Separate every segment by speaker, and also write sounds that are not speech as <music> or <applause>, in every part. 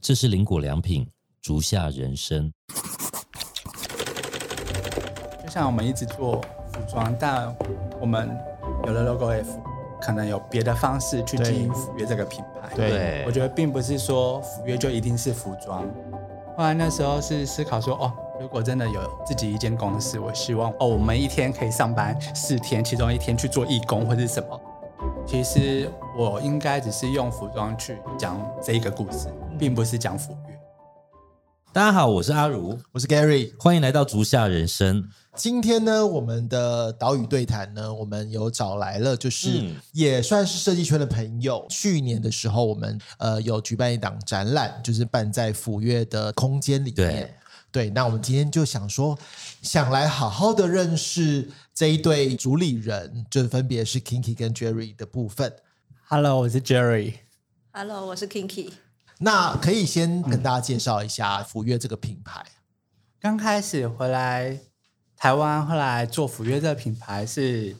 Speaker 1: 这是林果良品竹下人参。
Speaker 2: 就像我们一直做服装，但我们有了 Logo F，可能有别的方式去经营福约这个品牌。
Speaker 3: 对
Speaker 2: 我觉得并不是说福约就一定是服装。后来那时候是思考说，哦，如果真的有自己一间公司，我希望哦，我们一天可以上班四天，其中一天去做义工或是什么。其实我应该只是用服装去讲这一个故事，并不是讲福约。
Speaker 1: 大家好，我是阿如，
Speaker 3: 我是 Gary。
Speaker 1: 欢迎来到竹下人生。
Speaker 3: 今天呢，我们的岛屿对谈呢，我们有找来了，就是、
Speaker 1: 嗯
Speaker 3: 也算是设计圈的朋友。去年的时候，我们呃有举办一档展览，就是办在府乐的空间里面。对，那我们今天就想说，想来好好的认识这一对主理人，就是分别是 Kinky 跟 Jerry 的部分。
Speaker 2: Hello，我是 Jerry。
Speaker 4: Hello，我是 Kinky。
Speaker 3: 那可以先跟大家介绍一下府乐这个品牌。
Speaker 2: 刚开始回来台湾，后来做福约这个品牌是，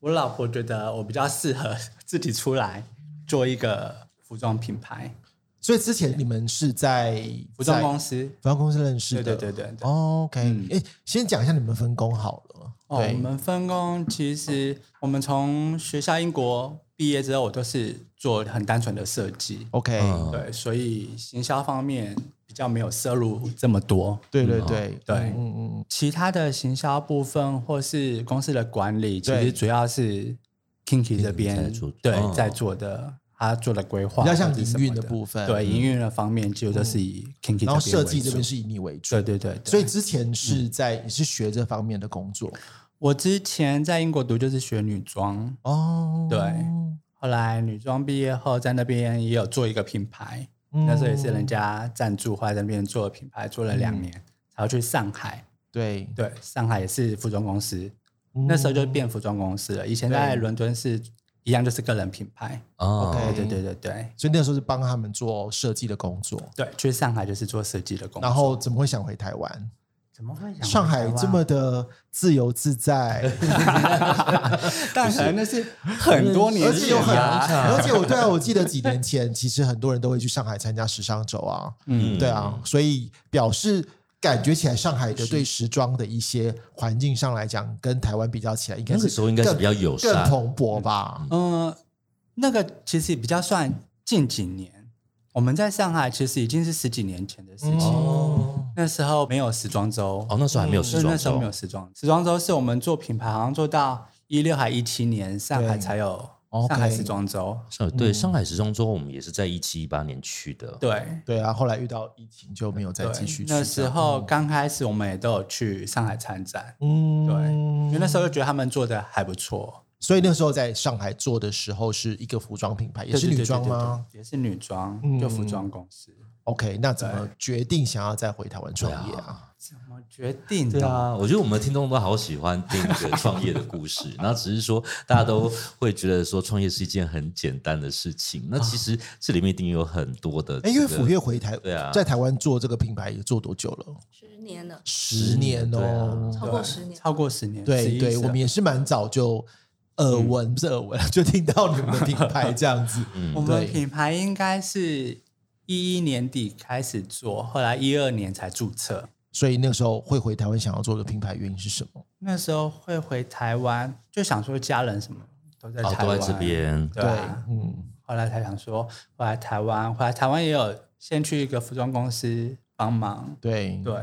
Speaker 2: 我老婆觉得我比较适合 <laughs> 自己出来做一个服装品牌、
Speaker 3: 所以之前你们是在
Speaker 2: 服装
Speaker 3: 在
Speaker 2: 公司。
Speaker 3: 服装公司认识
Speaker 2: 对
Speaker 3: 的，
Speaker 2: 对对对对。
Speaker 3: 哦 OK，哎、
Speaker 2: 嗯
Speaker 3: 诶先讲一下你们分工好了。
Speaker 2: 哦，我们分工其实我们从学校英国毕业之后，我都是做很单纯的设计，
Speaker 3: OK，、
Speaker 1: 嗯
Speaker 2: 哎对，所以行销方面比较没有摄入这么多。
Speaker 3: 对对对，
Speaker 2: 哦对
Speaker 3: 嗯嗯嗯，
Speaker 2: 其他的行销部分或是公司的管理，其
Speaker 3: 对
Speaker 2: 实主要是 Kinky 这边
Speaker 1: 在做
Speaker 2: 对、
Speaker 1: 哦
Speaker 2: 在做的，他做的规划
Speaker 3: 比较像
Speaker 2: 或者
Speaker 3: 营
Speaker 2: 什么
Speaker 3: 运的部分，嗯哦
Speaker 2: 对，营运的方面几乎都是以 Kinky
Speaker 3: 然后设计这
Speaker 2: 这边为
Speaker 3: 边
Speaker 2: 主
Speaker 3: 是以你为主，
Speaker 2: 对对对，嗯对
Speaker 3: 所以之前是在、你是学这方面的工作
Speaker 2: 我之前在英国读就是学女装，
Speaker 3: 哦，
Speaker 2: 对后来女装毕业后在那边也有做一个品牌，
Speaker 3: 嗯
Speaker 2: 那时候也是人家赞助，后来在那边做品牌做了两年，
Speaker 3: 嗯
Speaker 2: 然后去上海，
Speaker 3: 对，
Speaker 2: 对，上海也是服装公司，那时候就变服装公司了。以前在
Speaker 3: 嗯对
Speaker 2: 伦敦是一样，就是个人品牌。
Speaker 1: 哦
Speaker 3: OK
Speaker 2: 对对对对对
Speaker 3: 所以那时候是帮他们做设计的工作，
Speaker 2: 对，去上海就是做设计的工作。
Speaker 3: 然后怎么会想回台湾？
Speaker 2: 怎么会想
Speaker 3: 上海
Speaker 2: <laughs>
Speaker 3: 这么的自由自在，
Speaker 2: 但可能那是很多年
Speaker 3: 而且有
Speaker 2: 前
Speaker 3: 很，
Speaker 2: 啦。
Speaker 3: 而且我对啊，我记得几年前，其实很多人都会去上海参加时尚周啊，
Speaker 2: 嗯，
Speaker 3: 对啊，所以表示感觉起来，上海的对时装的一些环境上来讲，跟台湾比较起来，应该
Speaker 1: 那
Speaker 3: 是
Speaker 1: 个时候应该是
Speaker 3: 更
Speaker 1: 比较友
Speaker 3: 更
Speaker 1: 善
Speaker 3: 蓬勃吧？
Speaker 2: 嗯，那个其实比较算近几年，我们在上海其实已经是十几年前的事情。
Speaker 3: 哦，
Speaker 2: 那时候没有时装周，
Speaker 1: 哦，那时候还没有时
Speaker 2: 就是
Speaker 1: 装
Speaker 2: 嗯那时候
Speaker 1: 周
Speaker 2: 没有时装，时装周是我们做品牌，好像做到一六还一七年，上海
Speaker 3: 对哦
Speaker 2: 才有
Speaker 3: OK
Speaker 2: 上海时装周。
Speaker 1: 上哦对上海时装周，我们也是在一七一八年去的。
Speaker 2: 嗯对
Speaker 3: 对啊，后来遇到疫情就没有再
Speaker 2: 对
Speaker 3: 继续去这啊嗯样。
Speaker 2: 那时候刚开始我们也都有去上海参展，
Speaker 3: 嗯，
Speaker 2: 对，因为那
Speaker 3: 对，
Speaker 2: 时候就觉得他们做的还不错。
Speaker 3: 所以那时候在上海做的时候是一个服装品牌，也是
Speaker 2: 对对
Speaker 3: 女
Speaker 2: 对
Speaker 3: 装
Speaker 2: 对对
Speaker 3: 吗
Speaker 2: 对也是女装，
Speaker 3: 嗯
Speaker 2: 就服装公司。
Speaker 3: ？OK，那怎么决定想要再回台湾创业啊？
Speaker 2: 怎么决定
Speaker 1: 对
Speaker 2: 的？
Speaker 1: 啊，我觉得我们的听众都好喜欢听这个创业的故事， <laughs> 然后只是说大家都会觉得说创业是一件很简单的事情，那
Speaker 2: 啊
Speaker 1: 其实这里面一定有很多的、这
Speaker 3: 哎，因为
Speaker 1: 个
Speaker 3: 府月回台
Speaker 1: 对啊，
Speaker 3: 在台湾做这个品牌也做多久了？
Speaker 4: 十年了，
Speaker 3: 十年
Speaker 1: 对啊
Speaker 3: 哦，
Speaker 4: 超过十年。
Speaker 2: 超过十年，
Speaker 3: 对
Speaker 2: 11
Speaker 3: 对，我们也是蛮早就耳闻，不是耳闻， <laughs> 就听到你们的品牌这样子。
Speaker 1: 嗯
Speaker 2: 我们
Speaker 3: 对
Speaker 2: 品牌应该是一一年底开始做，后来一二年才注册。
Speaker 3: 所以那个时候会回台湾想要做的品牌原因是什么？
Speaker 2: 那时候会回台湾，就想说家人什么都在
Speaker 1: 哦
Speaker 2: 台
Speaker 1: 都
Speaker 2: 湾，
Speaker 1: 在这边，
Speaker 2: 对啊
Speaker 3: 嗯，
Speaker 2: 后来才想说回来台湾，回来台湾也有先去一个服装公司帮忙，
Speaker 3: 对，嗯
Speaker 2: 对。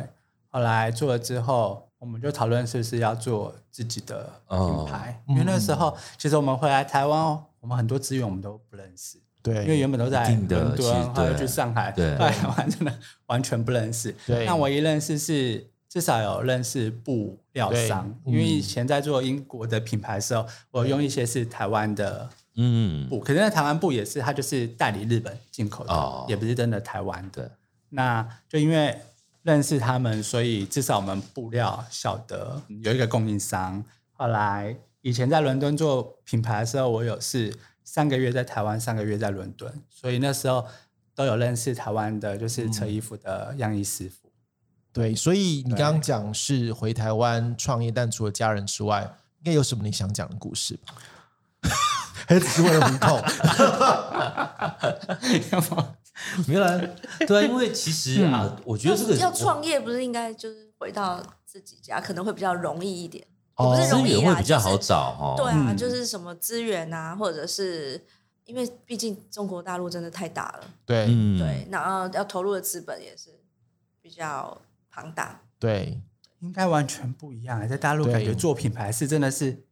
Speaker 2: 后来做了之后，我们就讨论是不是要做自己的品
Speaker 1: 哦
Speaker 2: 牌，因为那时候其实我们回来台湾，我们很多资源我们都不认识，
Speaker 3: 对，
Speaker 2: 啊因为原本都在
Speaker 1: 嗯一定的
Speaker 2: 伦
Speaker 1: 其实
Speaker 2: 敦，后来又
Speaker 1: 对
Speaker 2: 去上海，
Speaker 1: 对
Speaker 2: 后来台湾真的完全不认识。
Speaker 3: 对
Speaker 2: 那我一认识是至少有认识布料商，
Speaker 3: 对
Speaker 1: 嗯
Speaker 2: 因为以前在做英国的品牌的时候，我用一些是台湾的
Speaker 1: 嗯，
Speaker 2: 布，可是那台湾布也是它就是代理日本进口的，
Speaker 1: 哦
Speaker 2: 也不是真的台湾的
Speaker 1: 对。
Speaker 2: 那就因为认识他们，所以至少我们布料晓得有一个供应商。后来以前在伦敦做品牌的时候，我有是三个月在台湾，三个月在伦敦，所以那时候都有认识台湾的，
Speaker 1: 嗯
Speaker 2: 就是扯衣服的样衣师
Speaker 1: <laughs>
Speaker 2: 傅。 <laughs>
Speaker 3: 对，所以你刚刚讲是回台湾创业，但除了家人之外，应该有什么你想讲的故事吧？ <laughs>
Speaker 2: <laughs>
Speaker 3: 还是只是为了糊口？
Speaker 1: 没有啦，对啊，因为其实啊，
Speaker 2: 嗯
Speaker 1: 我觉得这个
Speaker 4: 要创业不是应该就是回到自己家，可能会比较容易一点，
Speaker 3: 哦
Speaker 4: 不是
Speaker 1: 资
Speaker 4: 容易
Speaker 1: 源
Speaker 4: 啦，
Speaker 1: 会比较
Speaker 4: 就是
Speaker 1: 好找哦哈。
Speaker 4: 对啊，
Speaker 2: 嗯
Speaker 4: 就是什么资源啊，或者是因为毕竟中国大陆真的太大了，
Speaker 3: 对
Speaker 1: 嗯，
Speaker 4: 对，然后要投入的资本也是比较庞大。
Speaker 3: 对
Speaker 2: 应该完全不一样。在大陆
Speaker 3: 对
Speaker 2: 感觉做品牌是真的是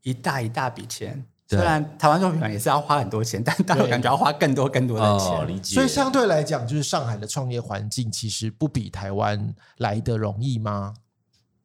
Speaker 2: 一大一大笔钱，
Speaker 1: 对
Speaker 2: 虽然台湾做品牌也是要花很多钱，但大陆
Speaker 3: 对
Speaker 2: 感觉要花更多更多的
Speaker 1: 哦，
Speaker 2: 钱。
Speaker 1: 理解。
Speaker 3: 所以相对来讲，就是上海的创业环境其实不比台湾来的容易吗？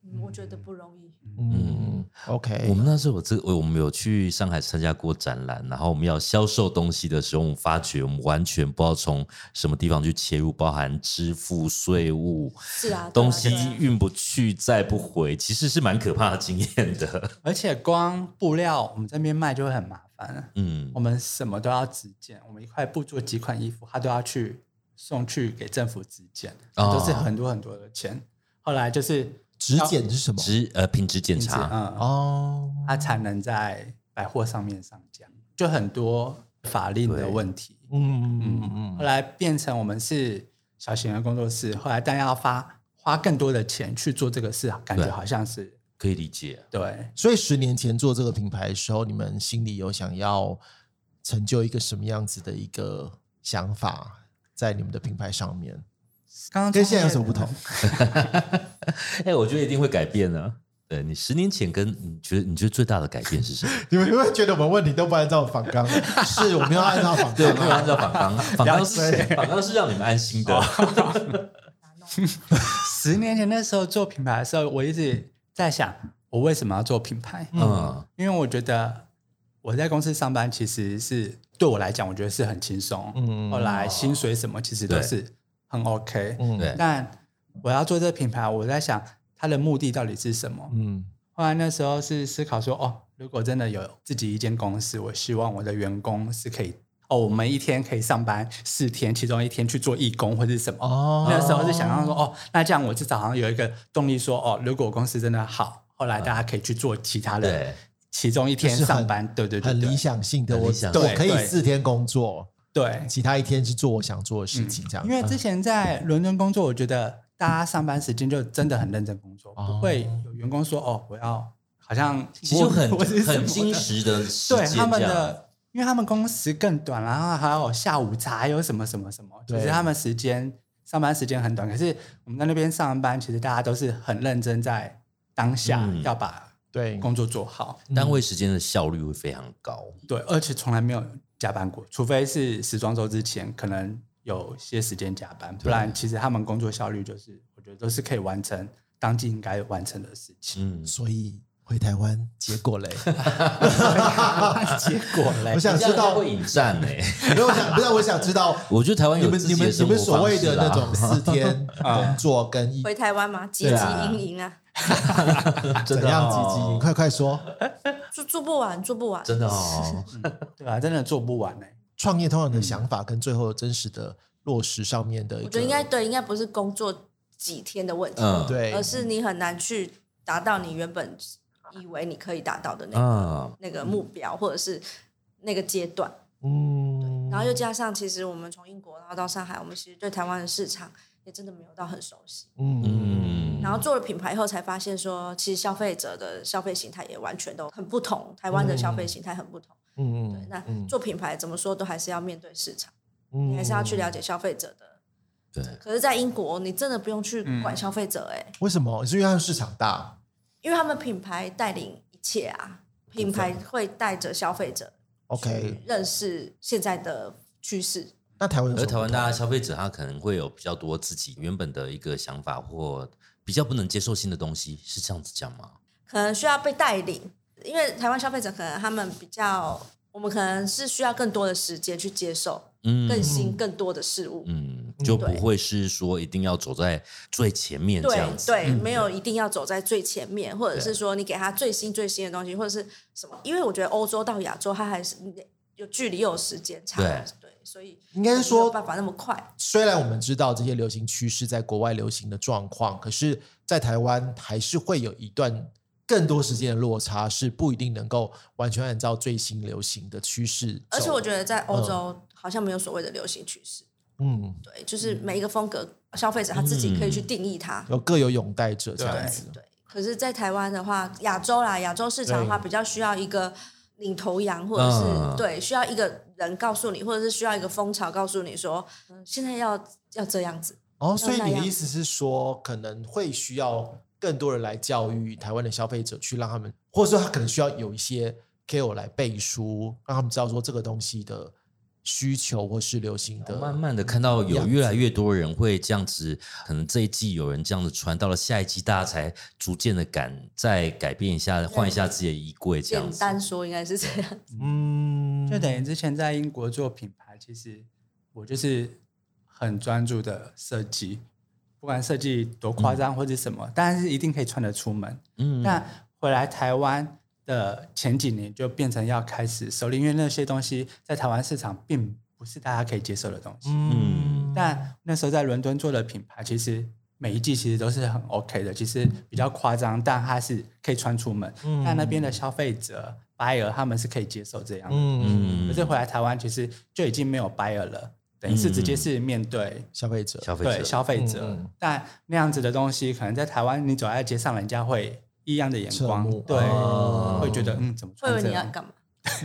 Speaker 4: 嗯，我觉得不容易。
Speaker 3: 嗯
Speaker 1: 我
Speaker 3: ，OK，
Speaker 1: 们那时候，我这我们有去上海参加过展览，然后我们要销售东西的时候，我们发觉我们完全不知道从什么地方去切入，包含支付、税务，
Speaker 4: 是啊，对啊
Speaker 1: 东西
Speaker 4: 对啊
Speaker 1: 运不去、载不回，其实是蛮可怕的经验
Speaker 4: <laughs>
Speaker 1: 的。
Speaker 2: 而且光布料我们这边卖就会很麻烦了，
Speaker 1: 嗯
Speaker 2: 我，们什么都要质检，我们一块布做几款衣服，它都要去送去给政府质检，
Speaker 1: 哦
Speaker 2: 都是很多很多的钱。后来就是
Speaker 3: 质检是什么？
Speaker 1: 质呃品质检
Speaker 2: 品质
Speaker 1: 查，
Speaker 2: 嗯，
Speaker 3: 哦，
Speaker 2: 它才能在百货上面上架，就很多法令的
Speaker 1: 对
Speaker 2: 问题。
Speaker 3: 嗯嗯
Speaker 2: 嗯，
Speaker 3: 嗯
Speaker 2: 后
Speaker 3: 嗯，
Speaker 2: 来变成我们是小型的工作室，后来但要发花更多的钱去做这个事，啊感觉
Speaker 1: 对
Speaker 2: 好像是
Speaker 1: 可以理解。
Speaker 2: 对。
Speaker 3: 所以十年前做这个品牌的时候，你们心里有想要成就一个什么样子的一个想法，在你们的品牌上面？
Speaker 2: 刚刚
Speaker 3: 跟
Speaker 2: 创
Speaker 3: 现
Speaker 2: 业
Speaker 3: 在有什么不同
Speaker 2: 的？
Speaker 1: 哎、我觉得一定会改变呢、对你十年前跟你觉得你觉得最大的改变是什么？
Speaker 3: <laughs> 你们会不会觉得我们问题都不按照仿纲？是，我们要按照
Speaker 1: <laughs>
Speaker 3: 仿 <laughs>
Speaker 1: 对，
Speaker 3: 纲
Speaker 1: 没有按
Speaker 3: 啊。
Speaker 1: 照反纲，反纲
Speaker 3: 了哦
Speaker 1: 是 <laughs> 反纲是让你们安心的。
Speaker 2: <laughs> 十年前那时候做品牌的时候，我一直在想，我为什么要做品牌？
Speaker 1: <laughs> 嗯，
Speaker 2: 因为我觉得我在公司上班其实是对我来讲，我觉得是很轻松。
Speaker 3: 嗯
Speaker 2: 后来薪水什么其实都
Speaker 1: 对
Speaker 2: 是很 OK。
Speaker 3: 嗯
Speaker 1: 对，
Speaker 2: 但我要做这个品牌，我在想它的目的到底是什么？
Speaker 3: 嗯
Speaker 2: 后来那时候是思考说，哦，如果真的有自己一间公司，我希望我的员工是可以，哦，我们一天可以上班四天，其中一天去做义工或是什么。
Speaker 3: 哦
Speaker 2: 那时候是想象说，哦，那这样我至少好像有一个动力说，哦，如果公司真的好，后来大家可以去做其他的
Speaker 1: 对，
Speaker 3: <laughs>
Speaker 2: 其中一天
Speaker 3: 就是很
Speaker 2: 上班，对对对
Speaker 3: 很
Speaker 2: 对
Speaker 3: 理想性的，
Speaker 1: 很
Speaker 3: 我
Speaker 1: 理想
Speaker 3: 我
Speaker 2: 对
Speaker 3: 可以
Speaker 2: 对
Speaker 3: 四天工作，
Speaker 2: 对，
Speaker 3: 其他一天是做我想做的事
Speaker 1: 嗯
Speaker 3: 情，这样。嗯
Speaker 2: 因为之前在伦敦工作，我觉得大家上班时间就真的很认真工作，
Speaker 3: 哦
Speaker 2: 不会有员工说，哦，我要好像
Speaker 1: 其实就很
Speaker 2: 我我是什么
Speaker 1: 很矜持的时
Speaker 2: 对
Speaker 1: 间
Speaker 2: 他们
Speaker 1: 这样
Speaker 2: 的，因为他们工时更短，然后还有下午茶，还有什么什么什么，就
Speaker 3: 对
Speaker 2: 是他们时间上班时间很短。可是我们在那边上班，其实大家都是很认真在当下、
Speaker 1: 嗯
Speaker 2: 要把
Speaker 3: 对，
Speaker 2: 工作做好，
Speaker 1: 单位时间的效率会非常高。
Speaker 2: 对，而且从来没有加班过，除非是时装周之前可能有些时间加班，不然其实他们工作效率就是我觉得都是可以完成当季应该完成的事
Speaker 1: <laughs>
Speaker 2: 情。
Speaker 1: 嗯，
Speaker 3: 所以回台湾结果嘞， <laughs>
Speaker 2: 结果嘞
Speaker 3: 我，想知道，
Speaker 1: 会引
Speaker 3: <laughs>
Speaker 1: 战哎、
Speaker 3: 没有我想不是我想知道
Speaker 1: 我觉得台湾
Speaker 3: 你
Speaker 1: 有
Speaker 3: 们
Speaker 1: 自
Speaker 3: 你
Speaker 1: 己
Speaker 3: 们
Speaker 1: 的
Speaker 3: 你
Speaker 1: 生活
Speaker 3: 们
Speaker 1: 方
Speaker 3: 所谓
Speaker 1: 式
Speaker 3: 的那
Speaker 1: 啦
Speaker 3: 种四天
Speaker 4: 啊
Speaker 3: 工作跟一
Speaker 4: 回台湾嘛，积
Speaker 3: 对
Speaker 4: 极
Speaker 1: 啊
Speaker 4: 营营啊，
Speaker 1: 真
Speaker 3: 怎
Speaker 1: 的
Speaker 3: 样
Speaker 1: 哦
Speaker 3: 积极，你快快
Speaker 4: 嗯
Speaker 3: 说，
Speaker 4: 做做不完，做不
Speaker 1: <laughs>
Speaker 4: 完，
Speaker 1: 真的哦，
Speaker 3: <laughs>
Speaker 2: 对啊，真的做不完嘞、
Speaker 3: 创业通常的想法跟最后真实的落实上面的一个，
Speaker 4: <laughs> 我觉得应该对，应该不是工作几天的问题，
Speaker 1: 嗯，
Speaker 3: 对
Speaker 4: 而是你很难去达到你原本以为你可以达到的那个、
Speaker 1: 嗯，
Speaker 4: 那个目标，或者是那个阶段。
Speaker 3: 嗯
Speaker 4: 然后又加上，其实我们从英国然后到上海，我们其实对台湾的市场也真的没有到很熟悉。
Speaker 1: 嗯
Speaker 4: 然后做了品牌以后，才发现说，其实消费者的消费形态也完全都很不同，台湾的消费形态很不同。
Speaker 3: 嗯嗯
Speaker 4: 对，那做品牌怎么说都还是要面对市场，你
Speaker 3: 你
Speaker 4: 还是要去了解消费者的。
Speaker 1: 对，
Speaker 4: 可是，在英国，你真的不用去
Speaker 3: 嗯
Speaker 4: 管消费者哎、欸
Speaker 3: 为什么？是因为它的市场大，
Speaker 4: 因为他们品牌带领一切啊，品牌会带着消费者
Speaker 3: OK，
Speaker 4: 认识现在的趋势。
Speaker 3: 那台湾有
Speaker 1: 而
Speaker 3: 什么
Speaker 1: 台湾
Speaker 3: 不同
Speaker 1: 大家消费者他可能会有比较多自己原本的一个想法或比较不能接受新的东西，是这样子讲吗？
Speaker 4: 可能需要被带领，因为台湾消费者可能他们比较，我们可能是需要更多的时间去接受
Speaker 1: 嗯，
Speaker 4: 更新、更多的事物。
Speaker 1: 嗯，就不
Speaker 4: 对
Speaker 1: 会是说一定要走在最前面这
Speaker 4: 对
Speaker 1: 样子。嗯
Speaker 4: 对，没有一定要走在最前面，或者是说你给他最新最新的东西，或者是什么？因为我觉得欧洲到亚洲，它还是有距离，又有时间差，
Speaker 1: 对
Speaker 4: 所以
Speaker 3: 应该是说
Speaker 4: 没有办法那么快。
Speaker 3: 虽然我们知道这些流行趋势在国外流行的状况，可是，在台湾还是会有一段更多时间的落差，是不一定能够完全按照最新流行的趋势走。嗯
Speaker 4: 而且我觉
Speaker 3: 得
Speaker 4: 得在欧洲好像没有所谓的流行趋势，
Speaker 3: 嗯，
Speaker 4: 对，就是每一个风格，消费者他自己可以去定义它。
Speaker 3: 有各有拥戴者这样
Speaker 2: 对
Speaker 3: 子。
Speaker 4: 对，可是，在台湾的话，亚洲啦，亚洲市场的话，比较需要一个领头羊，或者是、
Speaker 1: 嗯
Speaker 4: 对，需要一个人告诉你，或者是需要一个风潮告诉你说，嗯现在要要这样子。
Speaker 3: 哦，所以
Speaker 4: 那
Speaker 3: 你的
Speaker 4: 样
Speaker 3: 意思是说，可能会需要更多人来教育台湾的消费者，去让他们，或者说他可能需要有一些 KOL 来背书，让他们知道说这个东西的需求或是流行的。
Speaker 1: 慢慢的看到
Speaker 4: 嗯
Speaker 1: 有
Speaker 3: 样
Speaker 1: 越来越多人会这样子，可能这一季有人这样子穿，到了下一季大家才逐渐的敢再改变一下，换一下自己的衣柜这样
Speaker 4: 简
Speaker 1: 子。
Speaker 4: 单说，应该是这
Speaker 3: 哦
Speaker 4: 样。
Speaker 3: 嗯，
Speaker 2: 就等于之前在英国做品牌，其实我就是很专注的设计，不管设计多夸张或者什么，但是一定可以穿得出门。
Speaker 1: 嗯，
Speaker 2: 那回来台湾的前几年就变成要开始收敛，因为那些东西在台湾市场并不是大家可以接受的东西。
Speaker 1: 嗯
Speaker 2: 但那时候在伦敦做的品牌，其实每一季其实都是很 OK 的，其实比较夸张，但它是可以穿出门。
Speaker 3: 嗯
Speaker 2: 但那边的消费者 buyer 他们是可以接受这样的。
Speaker 3: 嗯，
Speaker 2: 可是回来台湾，其实就已经没有 buyer 了，等于是直接是面对
Speaker 3: 消费者，
Speaker 1: 嗯消费
Speaker 2: 对
Speaker 1: 者
Speaker 2: 消费者。
Speaker 3: 嗯嗯
Speaker 2: 但那样子的东西，可能在台湾你走在街上，人家会异样的眼光
Speaker 3: 侧目，
Speaker 2: 对，
Speaker 3: 哦
Speaker 2: 会觉得嗯，怎么
Speaker 4: 会
Speaker 2: 穿
Speaker 4: 问
Speaker 2: 这
Speaker 4: 你要
Speaker 2: 样？
Speaker 4: 干嘛？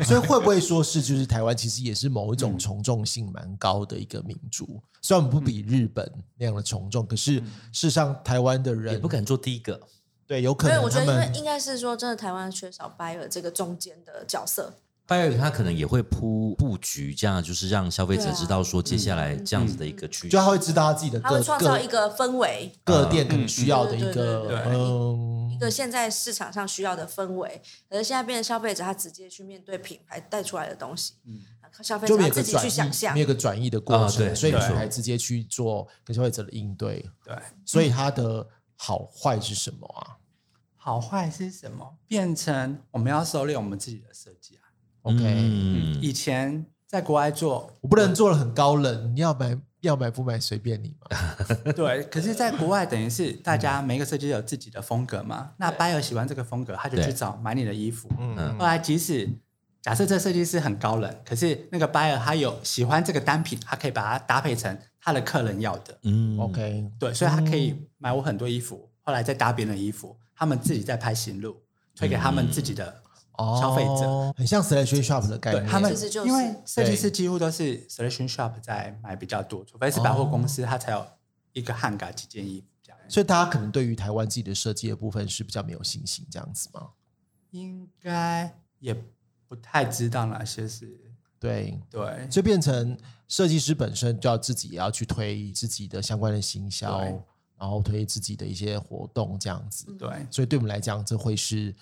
Speaker 3: 所以会不会说是就是台湾其实也是某一种
Speaker 2: 嗯
Speaker 3: 从众性蛮高的一个民族，虽然我们不比日本那样的从众，可是事实上台湾的
Speaker 1: 也
Speaker 3: 人
Speaker 1: 不敢做第一个，
Speaker 3: 对有可
Speaker 4: 所以
Speaker 3: 能
Speaker 4: 我觉
Speaker 3: 他
Speaker 4: 得，因为
Speaker 3: 们
Speaker 4: 应该是说，真的台湾缺少 buyer 这个中间的角色。
Speaker 1: 拜尔他可能也会铺布局，这样就是让消费者
Speaker 4: 对啊嗯
Speaker 1: 知道说接下来这样子的一个趋势
Speaker 3: 就。他会知道他自己的
Speaker 4: 他会
Speaker 3: 各
Speaker 4: 创造
Speaker 3: 各
Speaker 4: 一个氛围，
Speaker 3: 各店可能需要的一
Speaker 4: 嗯
Speaker 3: 个
Speaker 4: 嗯
Speaker 2: 对对对对
Speaker 3: 嗯
Speaker 4: 一个现在市场上需要的氛围。可是现在变成消费者，他直接去面对品牌带出来的东西，啊消费
Speaker 3: 嗯
Speaker 4: 者
Speaker 3: 就没
Speaker 4: 他
Speaker 3: 有
Speaker 4: 自
Speaker 3: 个
Speaker 4: 己去
Speaker 3: 转
Speaker 4: 想
Speaker 3: 移，
Speaker 4: 象
Speaker 3: 没。有个转移的过
Speaker 1: 啊
Speaker 3: 程，
Speaker 1: 对
Speaker 3: 所以你
Speaker 2: 对
Speaker 3: 才直接去做跟消费者的应对。
Speaker 2: 对，
Speaker 3: 所以它的好坏是什么啊
Speaker 2: 好坏是什么？变成我们要收敛我们自己的设计啊。
Speaker 3: ？OK，
Speaker 1: 嗯，
Speaker 2: 以前在国外做，
Speaker 3: 我不能做的很高冷，你要买要买不买随便你嘛。
Speaker 2: 对，可是在国外等于是大
Speaker 1: 嗯
Speaker 2: 家每一个设计都有自己的风格嘛。那 buyer 喜欢这个风格，他就去
Speaker 1: 对
Speaker 2: 找买你的衣服。
Speaker 1: 嗯
Speaker 2: 后来即使假设这设计师很高冷，可是那个 buyer 他有喜欢这个单品，他可以把它搭配成他的客人要的。
Speaker 1: 嗯
Speaker 3: OK，
Speaker 2: 对，所以他可以买我很多衣服，后来再搭别人的衣服，他们自己再拍行路，推给他们自己的。
Speaker 1: 嗯
Speaker 3: 哦，
Speaker 2: 消费者
Speaker 3: 很像 selection shop 的概
Speaker 2: 对
Speaker 3: 念，
Speaker 2: 他们
Speaker 4: 其实就，是
Speaker 2: 因为设计师几乎都是 selection shop 在买比较多，除非是
Speaker 1: 哦
Speaker 2: 百货公司，他才有一个汉嘎几件衣服这样。
Speaker 3: 所以大家可能对于台湾自己的设计的部分是比较没有信心这样子嘛？
Speaker 2: 应该也不太知道哪些是
Speaker 3: 对，
Speaker 2: 对，
Speaker 3: 就变成设计师本身就要自己也要去推自己的相关的行销
Speaker 2: 对，
Speaker 3: 然后推自己的一些活动这样子。
Speaker 2: 对，
Speaker 3: 所以对我们来讲，这会是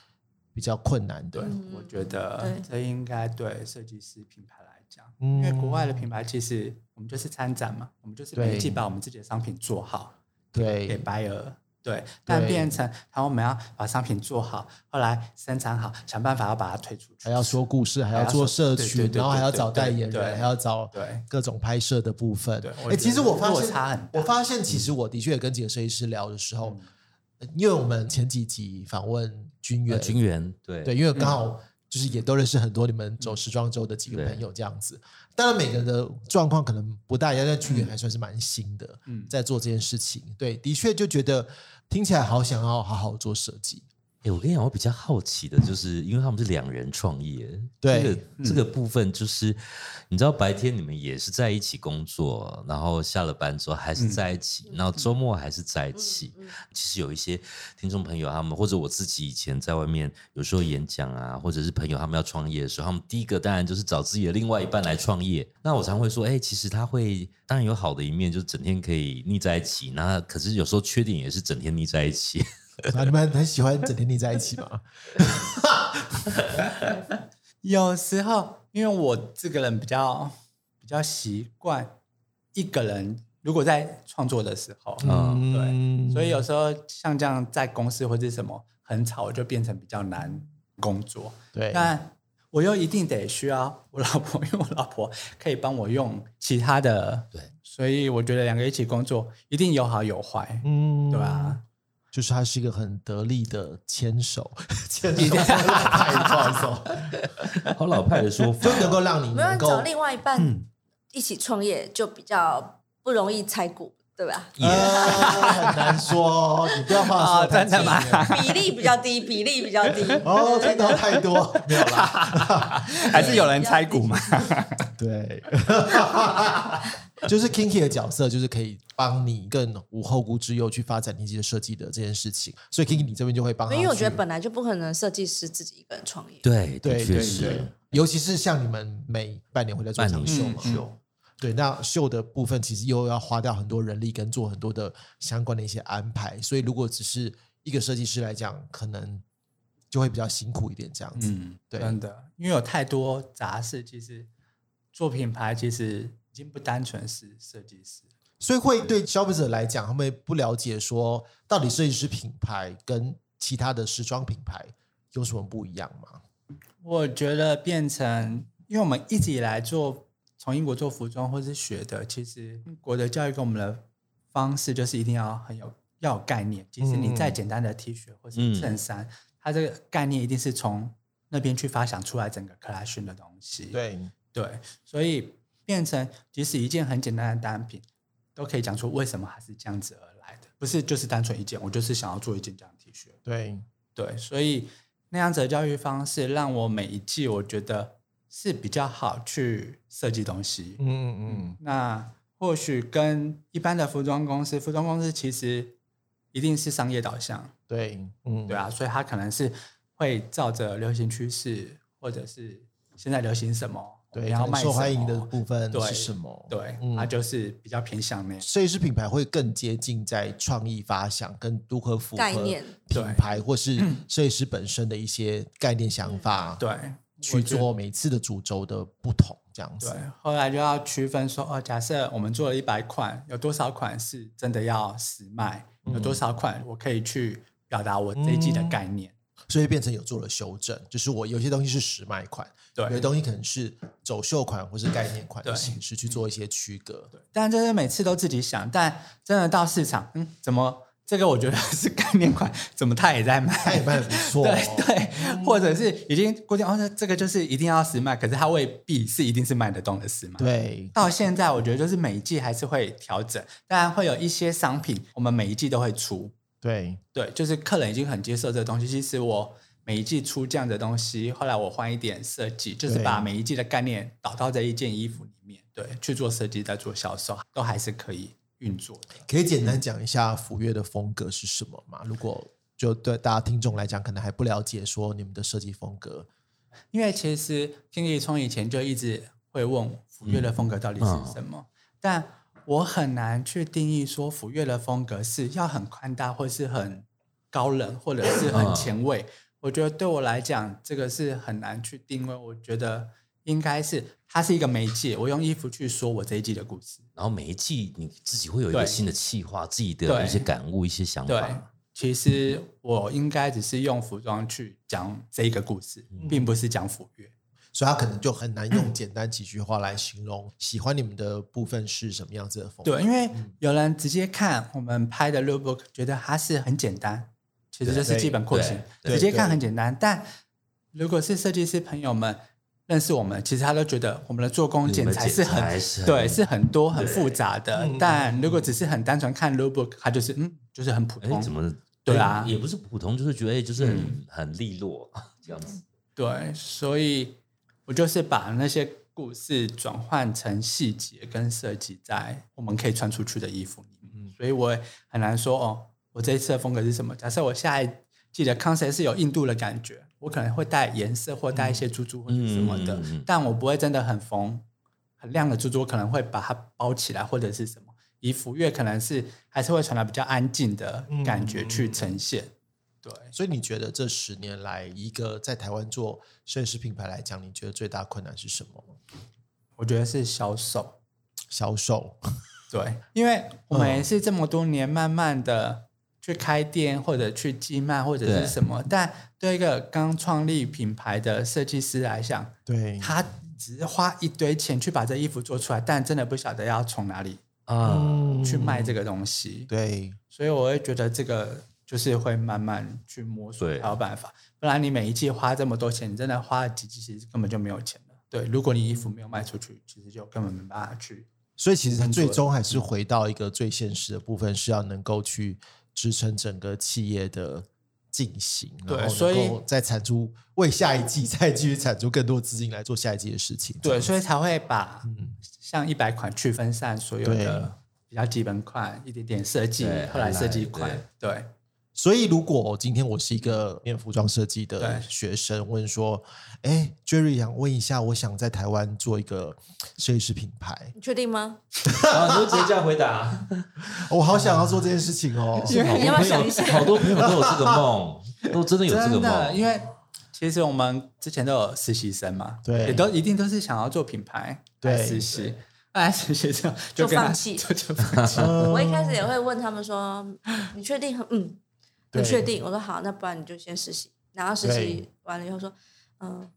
Speaker 3: 比较困难
Speaker 2: 对
Speaker 3: 的。，
Speaker 2: 我觉得
Speaker 4: 对
Speaker 2: 这应该对设计师品牌来讲，
Speaker 3: 嗯
Speaker 2: 因为国外的品牌其实我们就是参展嘛，我们就是每一季
Speaker 3: 对
Speaker 2: 把我们自己的商品做好给
Speaker 3: 对，
Speaker 2: buyer。对，但变成，然后我们要把商品做好，后来生产好，想办法要把它推出去。
Speaker 3: 还要说故事，还要做社
Speaker 2: 对对
Speaker 3: 群，
Speaker 2: 对对
Speaker 3: 然后还要找
Speaker 2: 对
Speaker 3: 代
Speaker 2: 对
Speaker 3: 言
Speaker 2: 对
Speaker 3: 人，还要找
Speaker 2: 对
Speaker 3: 各种拍摄的部分
Speaker 2: 对。我觉
Speaker 3: 哎，其实
Speaker 2: 得
Speaker 3: 我发
Speaker 2: 落差很
Speaker 3: 现，
Speaker 2: 大嗯
Speaker 3: 我发现其实我的确也跟几个设计师聊的时候，因为我们前几集访问君
Speaker 1: 呃
Speaker 3: 远，
Speaker 1: 军援对
Speaker 3: 对，因
Speaker 2: 嗯
Speaker 3: 为刚好就是也都认识很多你们走时装周的几个朋友这样子。当然，每个人的状况可能不大一样，但去年还算是蛮新的，
Speaker 2: 嗯
Speaker 3: 在做这件事情。对，的确就觉得听起来好想要好好做设计。 <laughs>
Speaker 1: 哎、我跟你讲，我比较好奇的就是，因为他们是两人创业，
Speaker 3: 对
Speaker 1: 这个、这个部分，就是你知道，白天你们也是在一起工作，然后下了班之后还是在一起，然后周末还是在一起。其实有一些听众朋友，他们或者我自己以前在外面有时候演讲啊，或者是朋友他们要创业的时候，他们第一个当然就是找自己的另外一半来创业。那我常会说，哎、其实他会当然有好的一面，就是整天可以腻在一起，那可是有时候缺点也是整天腻在一起。 <laughs>
Speaker 3: 啊，你们很喜欢整天腻在一起吗？
Speaker 2: 有时候，因为我这个人比较比较习惯一个人，如果在创作的时候，
Speaker 1: 嗯
Speaker 2: 对，所以有时候像这样在公司或者什么很吵，我就变成比较难工作。
Speaker 3: 对，
Speaker 2: 但我又一定得需要我老婆， <laughs> 因为我老婆可以帮我用其他的，
Speaker 1: 对，
Speaker 2: 所以我觉得两个一起工作一定有好有坏，
Speaker 3: 嗯
Speaker 2: 对吧？
Speaker 3: 就是他是一个很得力的牵手，牵手 <laughs> 太不好意思 <laughs> 哦，
Speaker 1: 好老派的说法，
Speaker 3: 就能够让你嗯
Speaker 4: 没有
Speaker 3: 能
Speaker 4: 找
Speaker 3: 够
Speaker 4: 另外一半一起创业，就比较不容易拆股，对吧？
Speaker 1: 也
Speaker 3: 呃很难说哦，你不要话
Speaker 2: 啊，
Speaker 3: 说太
Speaker 2: 真的吗？
Speaker 3: 直接
Speaker 4: 比例比较低，比例比较低。
Speaker 3: 哦，听到太多，没有啦。 <laughs>
Speaker 2: 还是有人猜股嘛？
Speaker 3: 对， <laughs> 就是 Kinky 的角色，就是可以帮你更无后顾之忧去发展你自己的设计的这件事情。所以 Kinky 你这边就会帮他
Speaker 4: 因
Speaker 3: 去，
Speaker 4: 为我觉得本来就不可能设计师自己一个人创业。
Speaker 1: 对，的
Speaker 3: 对
Speaker 1: 确
Speaker 3: 对
Speaker 1: 是
Speaker 3: 对，，尤其是像你们每半年会在做一场秀嘛，
Speaker 2: 半年一
Speaker 3: 秀。对，那秀的部分其实又要花掉很多人力跟做很多的相关的一些安排，所以如果只是一个设计师来讲，可能就会比较辛苦一点这样子。
Speaker 2: 嗯，
Speaker 3: 对
Speaker 2: 真的，因为有太多杂事，其实做品牌其实已经不单纯是设计师。
Speaker 3: 所以会对消费者来讲，他们不了解说到底设计师品牌跟其他的时装品牌有什么不一样吗？
Speaker 2: 我觉得变成，因为我们一直以来做从英国做服装或是学的，其实英国的教育给我们的方式就是一定要很有要有概念，即使你
Speaker 3: 嗯
Speaker 2: 再简单的 T 恤或是衬衫，它这个概念一定是从那边去发想出来整个 collection 的东西。
Speaker 3: 对，
Speaker 2: 对，所以变成即使一件很简单的单品，都可以讲出为什么它是这样子而来的，不是就是单纯一件，我就是想要做一件这样的 T 恤。
Speaker 3: 对，
Speaker 2: 对，所以那样子的教育方式，让我每一季我觉得是比较好去设计东西。
Speaker 3: 嗯嗯
Speaker 2: 那或许跟一般的服装公司，服装公司其实一定是商业导向，
Speaker 3: 对，嗯，
Speaker 2: 对，啊，所以它可能是会照着流行趋势，或者是现在流行什么，
Speaker 3: 对，
Speaker 2: 然后
Speaker 3: 可
Speaker 2: 卖
Speaker 3: 能受
Speaker 2: 什么
Speaker 3: 欢迎的部分
Speaker 2: 对
Speaker 3: 是什么？
Speaker 2: 对，
Speaker 3: 嗯
Speaker 2: 它就是比较偏向那样。
Speaker 3: 设计师品牌会更接近在创意发想跟如何符合
Speaker 4: 概念
Speaker 3: 品牌或是设计师本身的一些概念想法，，
Speaker 2: 嗯
Speaker 4: 嗯
Speaker 2: 对，
Speaker 3: 去
Speaker 2: 我觉得
Speaker 3: 做每次的主轴的不同这样子
Speaker 2: 对。，后来就要区分说，哦，假设我们做了一百款，有多少款是真的要实卖，有多少款我可以去表达我这一季的概念。
Speaker 3: 所以变成有做了修正，就是我有些东西是实卖款，
Speaker 2: 对
Speaker 3: 有些东西可能是走秀款或是概念款的
Speaker 2: 对
Speaker 3: 形式去做一些区隔。
Speaker 2: 但这是每次都自己想，但真的到市场，嗯，怎么这个我觉得 <laughs> 是概念款，怎么他也在卖？
Speaker 3: 它也卖得不错、哦，
Speaker 2: <laughs> 对对，或者是已经固定哦，那这个就是一定要实卖，可是它未必是一定是卖得动的实卖。
Speaker 3: 对
Speaker 2: 到现在，我觉得就是每一季还是会调整，当然会有一些商品，我们每一季都会出，
Speaker 3: 对
Speaker 2: 对，就是客人已经很接受这个东西。其实我每一季出这样的东西，后来我换一点设计，就是
Speaker 3: 对
Speaker 2: 把每一季的概念导到这一件衣服里面，对，去做设计，再做销售，都还是可以运作的。
Speaker 3: 可以简单讲一下福乐的风格是什么吗？如果就对大家听众来讲，可能还不了解说你们的设计风格。
Speaker 2: 因为其实 Kinky 从以前就一直会问福乐的风格到底是什么，但我很难去定义说福乐的风格是要很宽大，或是很高冷，或者是很前卫。我觉得对我来讲，这个是很难去定位。我觉得应该是它是一个媒介，我用衣服去说我这一季的故事。
Speaker 1: 然后每一季你自己会有一个
Speaker 2: 对
Speaker 1: 新的企划，自己的
Speaker 2: 对
Speaker 1: 一些感悟、一些想
Speaker 2: 对
Speaker 1: 法。，
Speaker 2: 其实我应该只是用服装去讲这一个故事，并不是讲福乐。
Speaker 3: 所以他可能就很难
Speaker 2: 嗯
Speaker 3: 用简单几句话来形容喜欢你们的部分是什么样子的风格。
Speaker 2: 对，因为
Speaker 1: 嗯
Speaker 2: 有人直接看我们拍的 lookbook，觉得它是很简单，其实就是基本廓形，
Speaker 1: 对对
Speaker 2: 直接看很简单。但如果是设计师朋友们认识我们，其实他都觉得我们的做工剪裁是
Speaker 1: 我们的
Speaker 2: 很
Speaker 1: 嗯剪裁是很
Speaker 2: 对，是很多很复杂的
Speaker 3: 嗯。
Speaker 2: 但如果只是很单纯看 lookbook，它就是嗯，就是很普
Speaker 1: 哎、
Speaker 2: 通。
Speaker 1: 怎么？
Speaker 2: 对啊
Speaker 1: 也不是普通，就是觉得哎就是很、
Speaker 2: 嗯
Speaker 1: 很利落 <laughs> 这样子。
Speaker 2: 对，所以我就是把那些故事转换成细节跟设计在我们可以穿出去的衣服里面，
Speaker 1: 嗯
Speaker 2: 所以我也很难说哦，我这一次的风格是什么。假设我下一季的 concept 是有印度的感觉，我可能会带颜色或带一些珠珠或者什么的，
Speaker 1: 嗯嗯嗯嗯嗯
Speaker 2: 但我不会真的很缝很亮的珠珠，我可能会把它包起来或者是什么。以福乐可能是还是会传达比较安静的感
Speaker 1: 嗯
Speaker 2: 觉去呈现，对。
Speaker 3: 所以你觉得这十年来，一个在台湾做设计师品牌来讲，你觉得最大困难是什么？
Speaker 2: 我觉得是销售，
Speaker 3: 销售， <laughs>
Speaker 2: 对，因为我们
Speaker 1: 嗯
Speaker 2: 也是这么多年，慢慢的去开店或者去寄卖或者
Speaker 1: 对
Speaker 2: 是什么，但对一个刚创立品牌的设计师来讲，
Speaker 3: 对
Speaker 2: 他只是花一堆钱去把这衣服做出来，但真的不晓得要从哪里
Speaker 1: <laughs> 啊，
Speaker 2: 呃去卖这个东西。
Speaker 3: 对，
Speaker 2: 所以我会觉得这个就是会慢慢去摸索
Speaker 1: 对
Speaker 2: 才有办法，不然你每一季花这么多钱，你真的花了几季，其实根本就没有钱了。对，如果你衣服没有卖出去，其实就根本没办法去
Speaker 3: 所以其实它最终还是回到一个最现实的部分，是要能够去支撑整个企业的进行，
Speaker 2: 对
Speaker 3: 然后
Speaker 2: 所以
Speaker 3: 能够再产出为下一季再继续产出更多资金来做下一季的事情。
Speaker 2: 对，
Speaker 3: 以
Speaker 2: 所以才会把像一百款去分散所有
Speaker 3: 嗯对
Speaker 2: 的比较基本款，一点点设计
Speaker 1: 对，
Speaker 2: 后来设计
Speaker 1: 对
Speaker 2: 款，对
Speaker 3: 所以如果今天我是一个念服装设计的
Speaker 2: 对
Speaker 3: 学生，问说，哎，Jerry 想问一下，我想在台湾做一个设计师品牌，
Speaker 4: 你确定吗？
Speaker 1: 然后你就直接这样回答。啊
Speaker 3: 我好想要做这件事情哦。
Speaker 1: 嗯
Speaker 4: 你要不要想一下？
Speaker 1: 好多朋友都有这个梦，都真的有这个
Speaker 2: 真的，
Speaker 1: 梦，
Speaker 2: 因为其实我们之前都有实习生嘛，
Speaker 3: 对
Speaker 2: 也都一定都是想要做品牌，
Speaker 3: 对
Speaker 2: 来实习，来实习之后
Speaker 4: 就
Speaker 2: 跟他 <laughs>
Speaker 4: 放弃
Speaker 2: 就就放弃，
Speaker 3: 嗯
Speaker 4: 我一开始也
Speaker 2: 哦
Speaker 4: 会问他们说：“你确定？嗯，
Speaker 3: 对
Speaker 4: 你确定？”我说：“好，那不然你就先实习。”然后实习完了以后说：“嗯，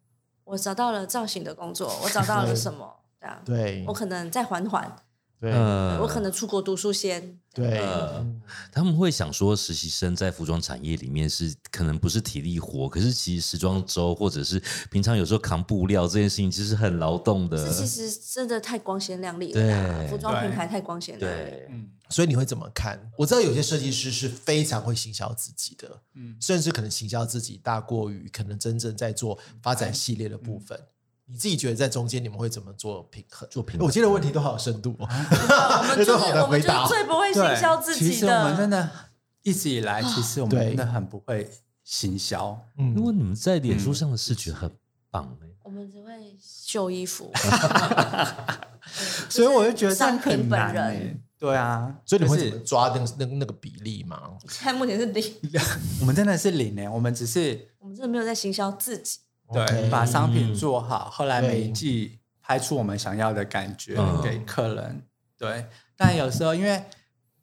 Speaker 4: 我找到了造型的工作，我找到了什么？这样，
Speaker 3: 对
Speaker 4: 我可能再缓缓，
Speaker 3: 对
Speaker 1: 嗯，
Speaker 4: 我可能出国读书
Speaker 2: 嗯
Speaker 4: 先。
Speaker 3: 对，嗯
Speaker 1: 呃，他们会想说，实习生在服装产业里面是可能不是体力活，可是其实时装周或者是平常有时候扛布料这件事情，其实很劳动的
Speaker 4: 这。其实真的太光鲜亮丽了啦
Speaker 1: 对，
Speaker 4: 服装品牌太光鲜亮丽。
Speaker 1: 对，
Speaker 2: 嗯，
Speaker 3: 所以你会怎么看？我知道有些设计师是非常会行销自己的，
Speaker 2: 嗯
Speaker 3: 甚至可能行销自己大过于可能真正在做发展系列的
Speaker 2: 哎嗯
Speaker 3: 部分。你自己觉得在中间你们会怎么做平衡？做
Speaker 1: 平衡
Speaker 3: 我今天的问题都好有深度哦。
Speaker 4: 我们就
Speaker 3: 这
Speaker 4: 是
Speaker 3: 都好难
Speaker 4: 我们
Speaker 3: 回
Speaker 4: 就
Speaker 3: 答
Speaker 4: 是最不会行销自
Speaker 2: 其
Speaker 4: 己
Speaker 2: 实我们真
Speaker 4: 的。
Speaker 2: 的一直以来，其实我们
Speaker 3: 对
Speaker 2: 真的很不会行销，
Speaker 1: 如果
Speaker 3: 嗯，
Speaker 1: 你们在脸书上的视觉很棒欸
Speaker 4: 我们只会绣衣服，
Speaker 2: <laughs> 所以我就觉得这样
Speaker 4: 商品
Speaker 2: 很
Speaker 4: 本
Speaker 2: 难、欸
Speaker 4: 人。
Speaker 2: 对啊，
Speaker 3: 所以你
Speaker 2: 就
Speaker 3: 会
Speaker 2: 是
Speaker 3: 怎么抓那个那个那个比例嘛？
Speaker 4: 现在目前是零，
Speaker 2: 我们真的是零呢、欸我们只是
Speaker 4: 我们真的没有在行销自己。
Speaker 2: 对
Speaker 3: OK
Speaker 2: 把商
Speaker 1: 嗯
Speaker 2: 品做好，后来
Speaker 3: 对
Speaker 2: 每一季拍出我们想要的感觉
Speaker 1: 嗯
Speaker 2: 给客人。对，但有时候因为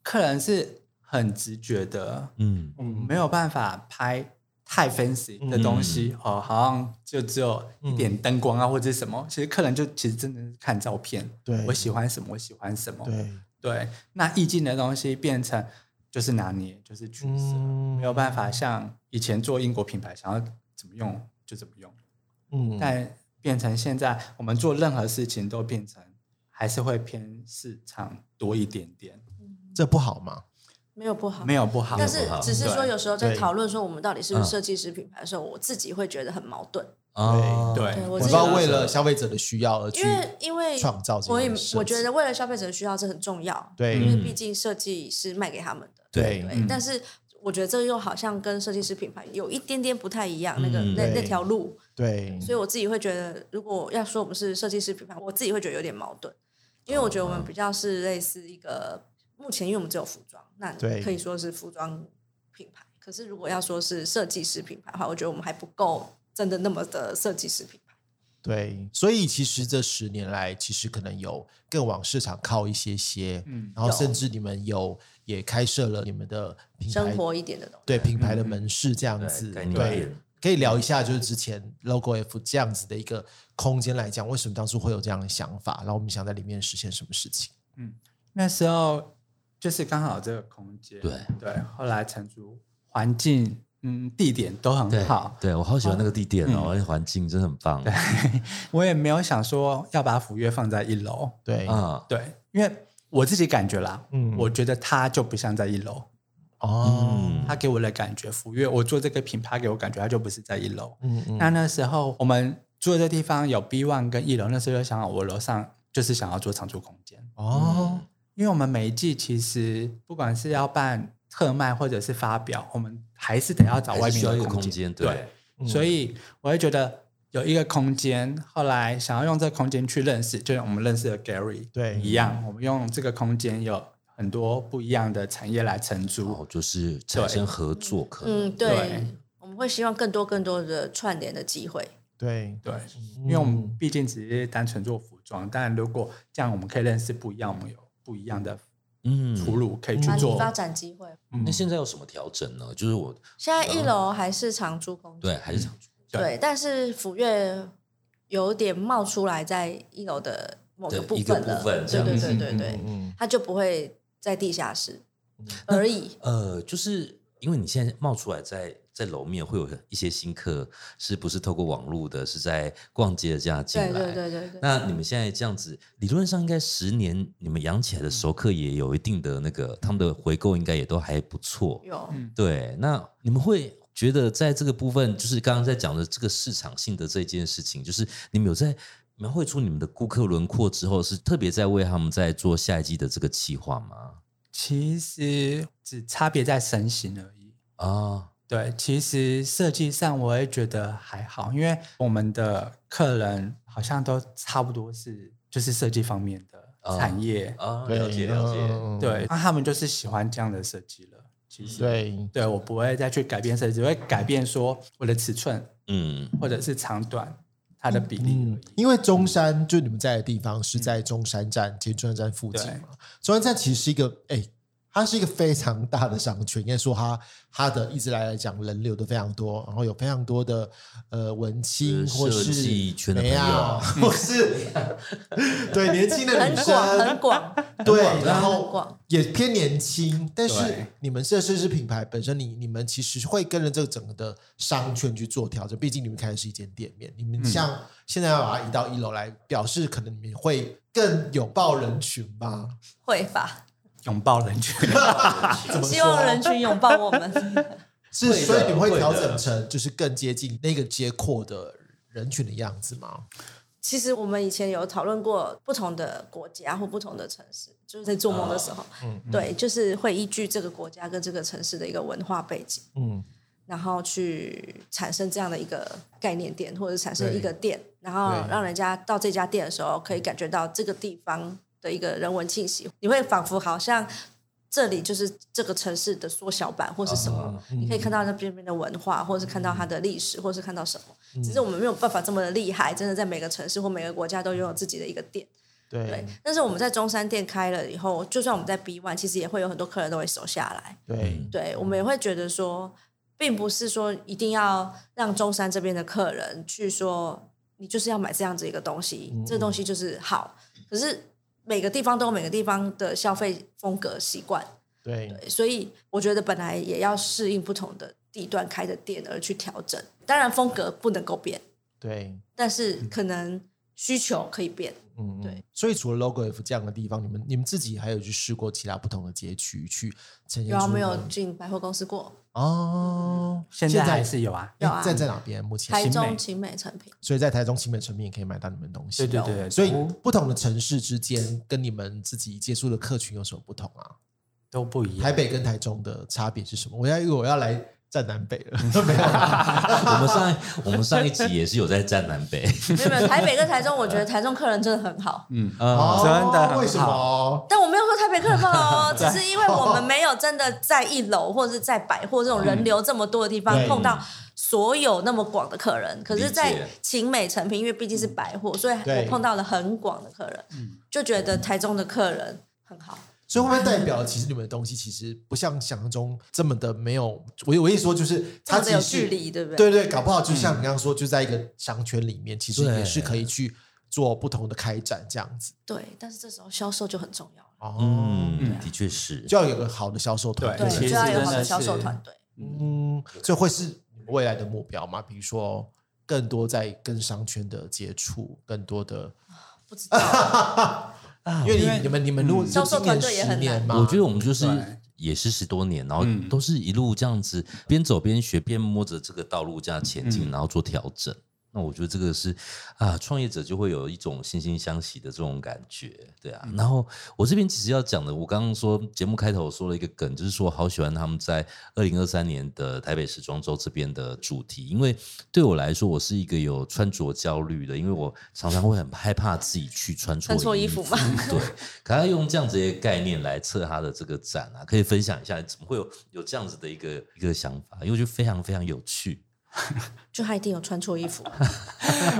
Speaker 2: 客人是很直觉的，
Speaker 1: 嗯，
Speaker 2: 嗯，没有办法拍太 fancy 的东西、
Speaker 1: 嗯
Speaker 2: 哦，好像就只有一点灯光啊、或者什么。其实客人就其实真的是看照片，
Speaker 3: 对
Speaker 2: 我喜欢什么，我喜欢什么。
Speaker 3: 对，
Speaker 2: 对，那意境的东西变成就是拿捏，就是取舍，
Speaker 3: 嗯
Speaker 2: 没有办法像以前做英国品牌，想要怎么用就怎么用。
Speaker 3: 嗯，
Speaker 2: 但变成现在，我们做任何事情都变成还是会偏市场多一点点，
Speaker 3: 这不好嘛？
Speaker 4: 没有不好，
Speaker 2: 没有不好。
Speaker 4: 但是只是说
Speaker 2: 对
Speaker 4: 有时候在
Speaker 3: 对
Speaker 4: 讨论说我们到底是不
Speaker 1: 嗯
Speaker 4: 是设计师品牌的时候，我自己会觉得很矛盾，
Speaker 1: 哦
Speaker 2: 对
Speaker 4: 对
Speaker 3: 我
Speaker 4: 我
Speaker 3: 不
Speaker 4: 自
Speaker 3: 知
Speaker 4: 己
Speaker 3: 道
Speaker 4: 觉得
Speaker 3: 为了消费者的需要而去
Speaker 4: 因为因为
Speaker 3: 创造这个
Speaker 4: 我也
Speaker 3: 设计
Speaker 4: 我觉得为了消费者的需要这很重要，因
Speaker 3: 对
Speaker 4: 为
Speaker 1: 嗯
Speaker 4: 毕竟设计是卖给他们的，
Speaker 3: 对
Speaker 4: 对
Speaker 2: 嗯。
Speaker 4: 但是我觉得这又好像跟设计师品牌有一点点不太一样，那个
Speaker 1: 嗯
Speaker 4: 那
Speaker 3: 对
Speaker 4: 那条路，
Speaker 3: 对
Speaker 4: 所以我自己会觉得，如果要说我们是设计师品牌，我自己会觉得有点矛盾，因为我觉得我们比较是类似一个目前，因为我们只有服装，那
Speaker 3: 对
Speaker 4: 可以说是服装品牌。可是如果要说是设计师品牌的话，我觉得我们还不够真的那么的设计师品牌。
Speaker 3: 对，所以其实这十年来，其实可能有更往市场靠一些些，
Speaker 2: 嗯
Speaker 3: 然后
Speaker 4: 有
Speaker 3: 甚至你们有也开设了你们的品牌
Speaker 4: 生活一点的东西。
Speaker 3: 对品牌的门市这样子，
Speaker 1: 对概念
Speaker 3: 对
Speaker 1: 店，
Speaker 3: 可以聊一下，就是之前 Logo F 这样子的一个空间来讲，为什么当初会有这样的想法，然后我们想在里面实现什么事情？
Speaker 2: 那时候就是刚好这个空间，
Speaker 1: 对
Speaker 2: 对，后来成都环境嗯地点都很
Speaker 1: 对
Speaker 2: 好，
Speaker 1: 对我好喜欢那个地点哦，
Speaker 2: 嗯
Speaker 1: 而且环境真的很棒。
Speaker 2: 我也没有想说要把府悦放在一楼，
Speaker 3: 对，
Speaker 1: 啊，
Speaker 2: 对，因为我自己感觉啦，
Speaker 3: 嗯
Speaker 2: 我觉得它就不像在一楼，
Speaker 3: 哦，
Speaker 1: 嗯
Speaker 2: 它给我的感觉，府悦我做这个品牌给我感觉它就不是在一楼，
Speaker 3: 嗯嗯，
Speaker 2: 那那时候我们住的地方有 B one 跟一楼，那时候就想好我楼上就是想要做长租空间，嗯
Speaker 3: 哦，
Speaker 2: 因为我们每一季其实不管是要办特卖或者是发表，我们还是得要找外
Speaker 1: 还是
Speaker 2: 面
Speaker 1: 需要一
Speaker 2: 的
Speaker 1: 个空
Speaker 2: 间，
Speaker 1: 间，
Speaker 2: 对
Speaker 1: 对，，
Speaker 3: 嗯
Speaker 2: 所以我会觉得有一个空间，后来想要用这个空间去认识，就像我们认识的 Gary
Speaker 3: 对
Speaker 1: 嗯
Speaker 2: 一样，我们用这个空间有很多不一样的产业来承
Speaker 1: 然
Speaker 2: 租
Speaker 1: 后，就是产生合作可能。
Speaker 4: 嗯，对，
Speaker 2: 对
Speaker 4: 我们会希望更多更多的串联的机会。
Speaker 3: 对，
Speaker 2: 对，因为我
Speaker 3: 嗯
Speaker 2: 们毕竟只是单纯做服装，但如果这样我们可以认识不一样，我们有不一样的
Speaker 1: 嗯，
Speaker 2: 出路可以去
Speaker 4: 把
Speaker 2: 做
Speaker 4: 你，发展机会。
Speaker 2: 嗯
Speaker 1: 那现在有什么调整呢？就是我
Speaker 4: 现在
Speaker 2: 啊
Speaker 4: 一楼还是长租空间，
Speaker 1: 对还是想
Speaker 2: 对
Speaker 4: 对，但是府月有点冒出来在一楼的某个
Speaker 1: 对
Speaker 4: 部
Speaker 1: 一个
Speaker 4: 分了，
Speaker 1: 部分这
Speaker 4: 对
Speaker 1: 样
Speaker 4: 对
Speaker 1: 子
Speaker 4: 对对对，
Speaker 3: 嗯
Speaker 4: 它就不
Speaker 1: 嗯
Speaker 4: 会在地下室而已。
Speaker 1: 呃，就是因为你现在冒出来在在楼面会有一些新客，是不是透过网络的，是在逛街的这样进
Speaker 4: 对
Speaker 1: 来？
Speaker 4: 对对对对。
Speaker 1: 那你们现在这样子，理论上应该十年，你们养起来的熟客也有一定的那个，他们的回购应该也都还不错。
Speaker 4: 有
Speaker 1: 对，那你们会觉得在这个部分，就是刚刚在讲的这个市场性的这件事情，就是你们有在描绘出你们的顾客轮廓之后，是特别在为他们在做下一季的这个企划吗？
Speaker 2: 其实只差别在身形而已。
Speaker 1: 啊、
Speaker 2: 对，其实设计上我也觉得还好，因为我们的客人好像都差不多是就是设计方面的产业，
Speaker 1: 啊，
Speaker 3: 嗯对
Speaker 1: 了解了解。
Speaker 3: 嗯
Speaker 2: 对，那、他们就是喜欢这样的设计了。其实，
Speaker 3: 对
Speaker 2: 对我不会再去改变设计，只会改变说我的尺寸
Speaker 1: 嗯，
Speaker 2: 或者是长短它的比例而已。
Speaker 3: 嗯，因为中山就你们在的地方是在中山站，其实中山站附近嘛。中山站其实是一个，哎、它是一个非常大的商圈，应该说它它的一直来来讲人流都非常多，然后有非常多的呃文
Speaker 1: 就
Speaker 3: 青
Speaker 1: 是
Speaker 3: 或是
Speaker 1: 设计圈的
Speaker 3: 美啊，或是 <laughs> 对年轻的
Speaker 4: 很
Speaker 3: 女
Speaker 4: 广
Speaker 3: 生，
Speaker 4: 很广，
Speaker 3: 对，
Speaker 2: 广
Speaker 3: 然
Speaker 4: 很
Speaker 3: 后
Speaker 4: 广
Speaker 3: 也偏年轻，但是
Speaker 2: 对
Speaker 3: 你们这设置品牌本身你，你们其实会跟着这个整个的商圈去做调整。毕竟你们开的是一间店面，你们
Speaker 2: 嗯
Speaker 3: 像现在要把它移到一楼来，表示可能你们会更有爆人群吧？
Speaker 4: 会
Speaker 1: <laughs>
Speaker 4: 吧？
Speaker 2: 拥抱 <laughs> 人群，
Speaker 3: 怎么
Speaker 4: 希望人
Speaker 3: 说？
Speaker 4: 群拥抱我们。
Speaker 3: 是，
Speaker 2: 的
Speaker 3: 所以你们会
Speaker 2: 会的
Speaker 3: 调整成就是更接近那个街廓的人群的样子吗？
Speaker 4: 其实我们以前有讨论过不同的国家或不同的城市，就是在做梦的时候，对，就是会依据这个国家跟这个城市的一个文化背景，
Speaker 3: 嗯，
Speaker 4: 然后去产生这样的一个概念店，或者产生
Speaker 3: 对
Speaker 4: 一个店，然后
Speaker 3: 对
Speaker 4: 让人家到这家店的时候，可以感觉到这个地方的一个人文气息，你会仿佛好像这里就是这个城市的缩小版或是什么。
Speaker 1: 啊
Speaker 4: 你可以看到那边边的文化，或者是看到它的历史，或者是看到什么。只是我们没有办法这么的厉害，真的在每个城市或每个国家都拥有自己的一个店。对
Speaker 3: 对，
Speaker 4: 但是我们在中山店开了以后，就算我们在 B One，其实也会有很多客人都会守下来。
Speaker 3: 对，
Speaker 2: 嗯
Speaker 4: 对，我们也会觉得说，并不是说一定要让中山这边的客人去说，你就是要买这样子一个东西，这个东西就是好。可是每个地方都有每个地方的消费风格习惯，
Speaker 3: 对，
Speaker 4: 所以我觉得本来也要适应不同的地段开的店而去调整。当然风格不能够变，
Speaker 3: 对。
Speaker 4: 但是可能需求可以变。
Speaker 3: 嗯，
Speaker 4: 对。
Speaker 3: 所以除了 Logo F 这样的地方，你们你们自己还有去试过其他不同的街区去呈现
Speaker 4: 然后
Speaker 3: 出
Speaker 4: 没
Speaker 3: 你
Speaker 4: 有
Speaker 3: 们
Speaker 4: 进百货公司过，
Speaker 3: 哦，
Speaker 2: 现在还是有啊。
Speaker 3: 哎
Speaker 4: 有啊
Speaker 3: 在在哪边？目前
Speaker 4: 台
Speaker 2: 新美
Speaker 4: 中晴美成品
Speaker 3: 所以在台中新美城面也可以买到你们的东
Speaker 2: 对
Speaker 3: 西。
Speaker 2: 对
Speaker 4: 哦
Speaker 2: 对对，
Speaker 3: 所以
Speaker 2: 都
Speaker 3: 不同的城市之间跟你们自己接触的客群有什么不同啊？
Speaker 2: 都不一样。
Speaker 3: 台北跟台中的差别是什么？我要因为我要来站南北了，
Speaker 4: 嗯
Speaker 3: 没有啦
Speaker 1: 啊我们上一我们上一集也是有在站南北
Speaker 4: 没有没有，台北跟台中，我觉得台中客人真的很好。
Speaker 2: 嗯，
Speaker 1: 啊，
Speaker 3: 哦
Speaker 2: 真的很好
Speaker 3: 为什么？
Speaker 4: 但我没有说台北客人不好哦，只是因为我们没有真的在一楼或者是在百货这种人流这么多的地方
Speaker 3: 嗯
Speaker 4: 碰到所有那么广的客人。可是，
Speaker 1: 理解
Speaker 4: 在晴美成品，因为毕竟是百货，所以
Speaker 3: 对
Speaker 4: 我碰到了很广的客人，就觉得台中的客人很好。
Speaker 3: 所以会不会代表，其实你们的东西其实不像想象中这么的没有？我我一说就是它
Speaker 4: 这么
Speaker 3: 其
Speaker 4: 的
Speaker 3: 实
Speaker 4: 有
Speaker 3: 是
Speaker 4: 距离对不
Speaker 3: 对
Speaker 4: 对嗯
Speaker 3: 对，搞不好就像你刚刚说，就在一个商圈里面，其实也是可以去做不同的开展这样子。
Speaker 4: 对，但是这时候销售就很重要了，
Speaker 3: 哦，
Speaker 1: 嗯，的确是，
Speaker 3: 就要有个好的销售团队
Speaker 2: 对。其
Speaker 4: 对，
Speaker 2: 实
Speaker 4: 就要有好
Speaker 2: 真的
Speaker 4: 的销售
Speaker 2: 是
Speaker 4: 团队。
Speaker 3: 嗯，这会是你们未来的目标吗？比如说更多在跟商圈的接触，更多的，
Speaker 4: 不知道，
Speaker 2: 啊
Speaker 3: 因为嗯你你们你们如果是
Speaker 4: 销售
Speaker 3: 今年
Speaker 4: 团队也很
Speaker 3: 10年
Speaker 4: 难
Speaker 3: 嘛，
Speaker 1: 我觉得我们就是
Speaker 2: 对
Speaker 1: 也是十多年，然后
Speaker 2: 嗯
Speaker 1: 都是一路这样子，边走边学，边摸着这个道路这样前进，
Speaker 2: 嗯
Speaker 1: 然后做调整。那我觉得这个是啊，创业者就会有一种惺惺相惜的这种感觉，对啊。然后我这边其实要讲的，我刚刚说节目开头说了一个梗，就是说我好喜欢他们在二零二三年的台北时装周这边的主题，因为对我来说，我是一个有穿着焦虑的，因为我常常会很害怕自己去穿错
Speaker 4: 穿错衣服嘛
Speaker 1: 对，可他用这样子的一个概念来测他的这个展啊，可以分享一下怎么会有有这样子的一个一个想法，因为我觉得非常非常有趣。
Speaker 4: 就他一定有穿错衣服。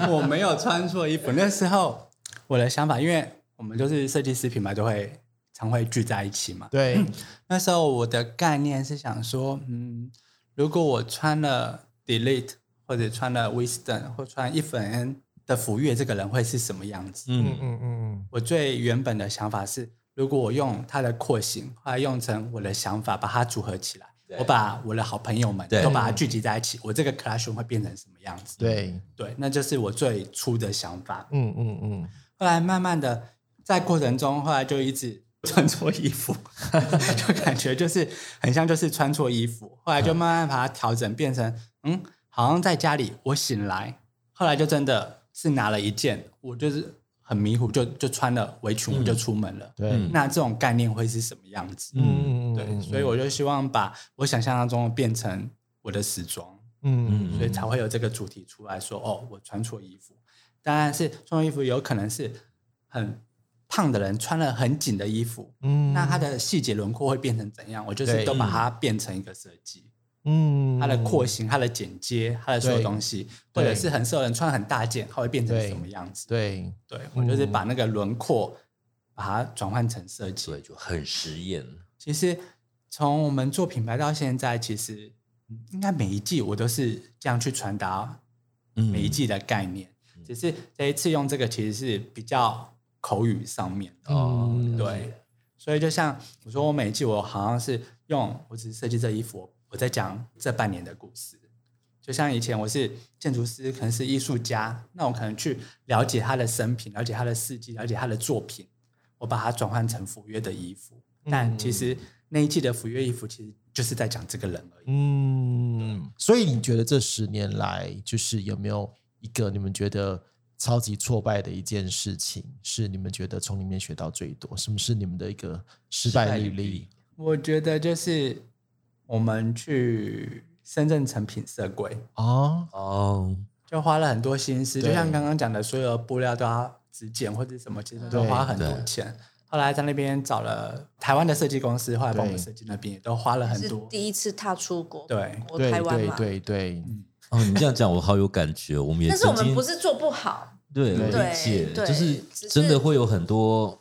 Speaker 2: 我没有穿错衣服。那时候我的想法，因为我们就是设计师品牌，都会常会聚在一起嘛。
Speaker 3: 对，
Speaker 2: 那时候我的概念是想说，嗯，如果我穿了 Delete 或者穿了 Wisdom 或穿一粉 N 的福月，这个人会是什么样子？
Speaker 3: 嗯
Speaker 1: 嗯，
Speaker 3: 嗯嗯
Speaker 2: 我最原本的想法是，如果我用它的廓形，把它用成我的想法，把它组合起来，我把我的好朋友们
Speaker 1: 对
Speaker 2: 都把它聚集在一起，我这个 classroom 会变成什么样子？
Speaker 3: 对，
Speaker 2: 对，那就是我最初的想法。
Speaker 3: 嗯嗯嗯，
Speaker 2: 后来慢慢的在过程中，后来就一直 <laughs> 穿错衣服， <laughs> 就感觉就是很像就是穿错衣服。后来就慢慢把它调整，变成嗯，好像在家里我醒来，后来就真的是拿了一件，我就是很迷糊，就就穿了围裙，我就出门了。
Speaker 3: 对，
Speaker 1: 嗯
Speaker 2: 那这种概念会是什么样子？
Speaker 3: 嗯
Speaker 2: 对，所以我就希望把我想象当中的变成我的时装。
Speaker 3: 嗯
Speaker 2: 所以才会有这个主题出来说哦，我穿错衣服。当然是穿错衣服，有可能是很胖的人穿了很紧的衣服，
Speaker 3: 嗯
Speaker 2: 那它的细节轮廓会变成怎样？我就是
Speaker 3: 对
Speaker 2: 都把它变成一个设计，
Speaker 3: 嗯
Speaker 2: 它的廓形、它的剪接、它的所有东西，或
Speaker 3: 对
Speaker 2: 者是很瘦的人穿很大件，它会变成
Speaker 3: 对嗯
Speaker 2: 什么样子？
Speaker 3: 对，
Speaker 2: 对我就是把那个轮廓把它转换成设计
Speaker 1: 所。以就很实验。
Speaker 2: 其实从我们做品牌到现在，其实嗯应该每一季我都是这样去传达
Speaker 1: 嗯
Speaker 2: 每一季的概念，只是这一次用这个其实是比较口语上面的，
Speaker 1: 哦，
Speaker 3: 嗯
Speaker 1: 了
Speaker 2: 对，所以就像我说，我每一季我好像是用我只是设计这衣服，我在讲这半年的故事。就像以前我是建筑师，可能是艺术家，那我可能去了解他的生平，了解他的事迹，了解他的作品，我把它转换成服约的衣服。但其实那一季的服约衣服，其实就是在讲这个人而已。
Speaker 3: 嗯，所以你觉得这十年来，就是有没有一个你们觉得超级挫败的一件事情，是你们觉得从里面学到最多？什么是你们的一个失败履历？
Speaker 2: 我觉得就是我们去深圳成品色柜，
Speaker 3: 啊？
Speaker 1: 哦，
Speaker 2: 就花了很多心思，
Speaker 3: 对
Speaker 2: 就像刚刚讲的，所有的布料都要质检或者什么，其实都
Speaker 3: 对
Speaker 2: 花很多
Speaker 1: 对
Speaker 2: 钱。后来在那边找了台湾的设计公司，后来帮我们
Speaker 3: 对
Speaker 2: 设计那边也都花了很
Speaker 4: 是
Speaker 2: 多。
Speaker 4: 第一次踏出国，
Speaker 2: 对
Speaker 4: 国
Speaker 3: 对
Speaker 4: 台湾
Speaker 3: 对
Speaker 4: 嘛。
Speaker 3: 对对，
Speaker 1: 哦，你这样讲我好有感觉，我们也
Speaker 4: 但是我
Speaker 1: 曾
Speaker 4: 们
Speaker 1: 经
Speaker 4: 不是做不好，
Speaker 1: 对我
Speaker 4: 对
Speaker 1: 理解，
Speaker 4: 对
Speaker 1: 就是
Speaker 4: 只是
Speaker 1: 真的会有很多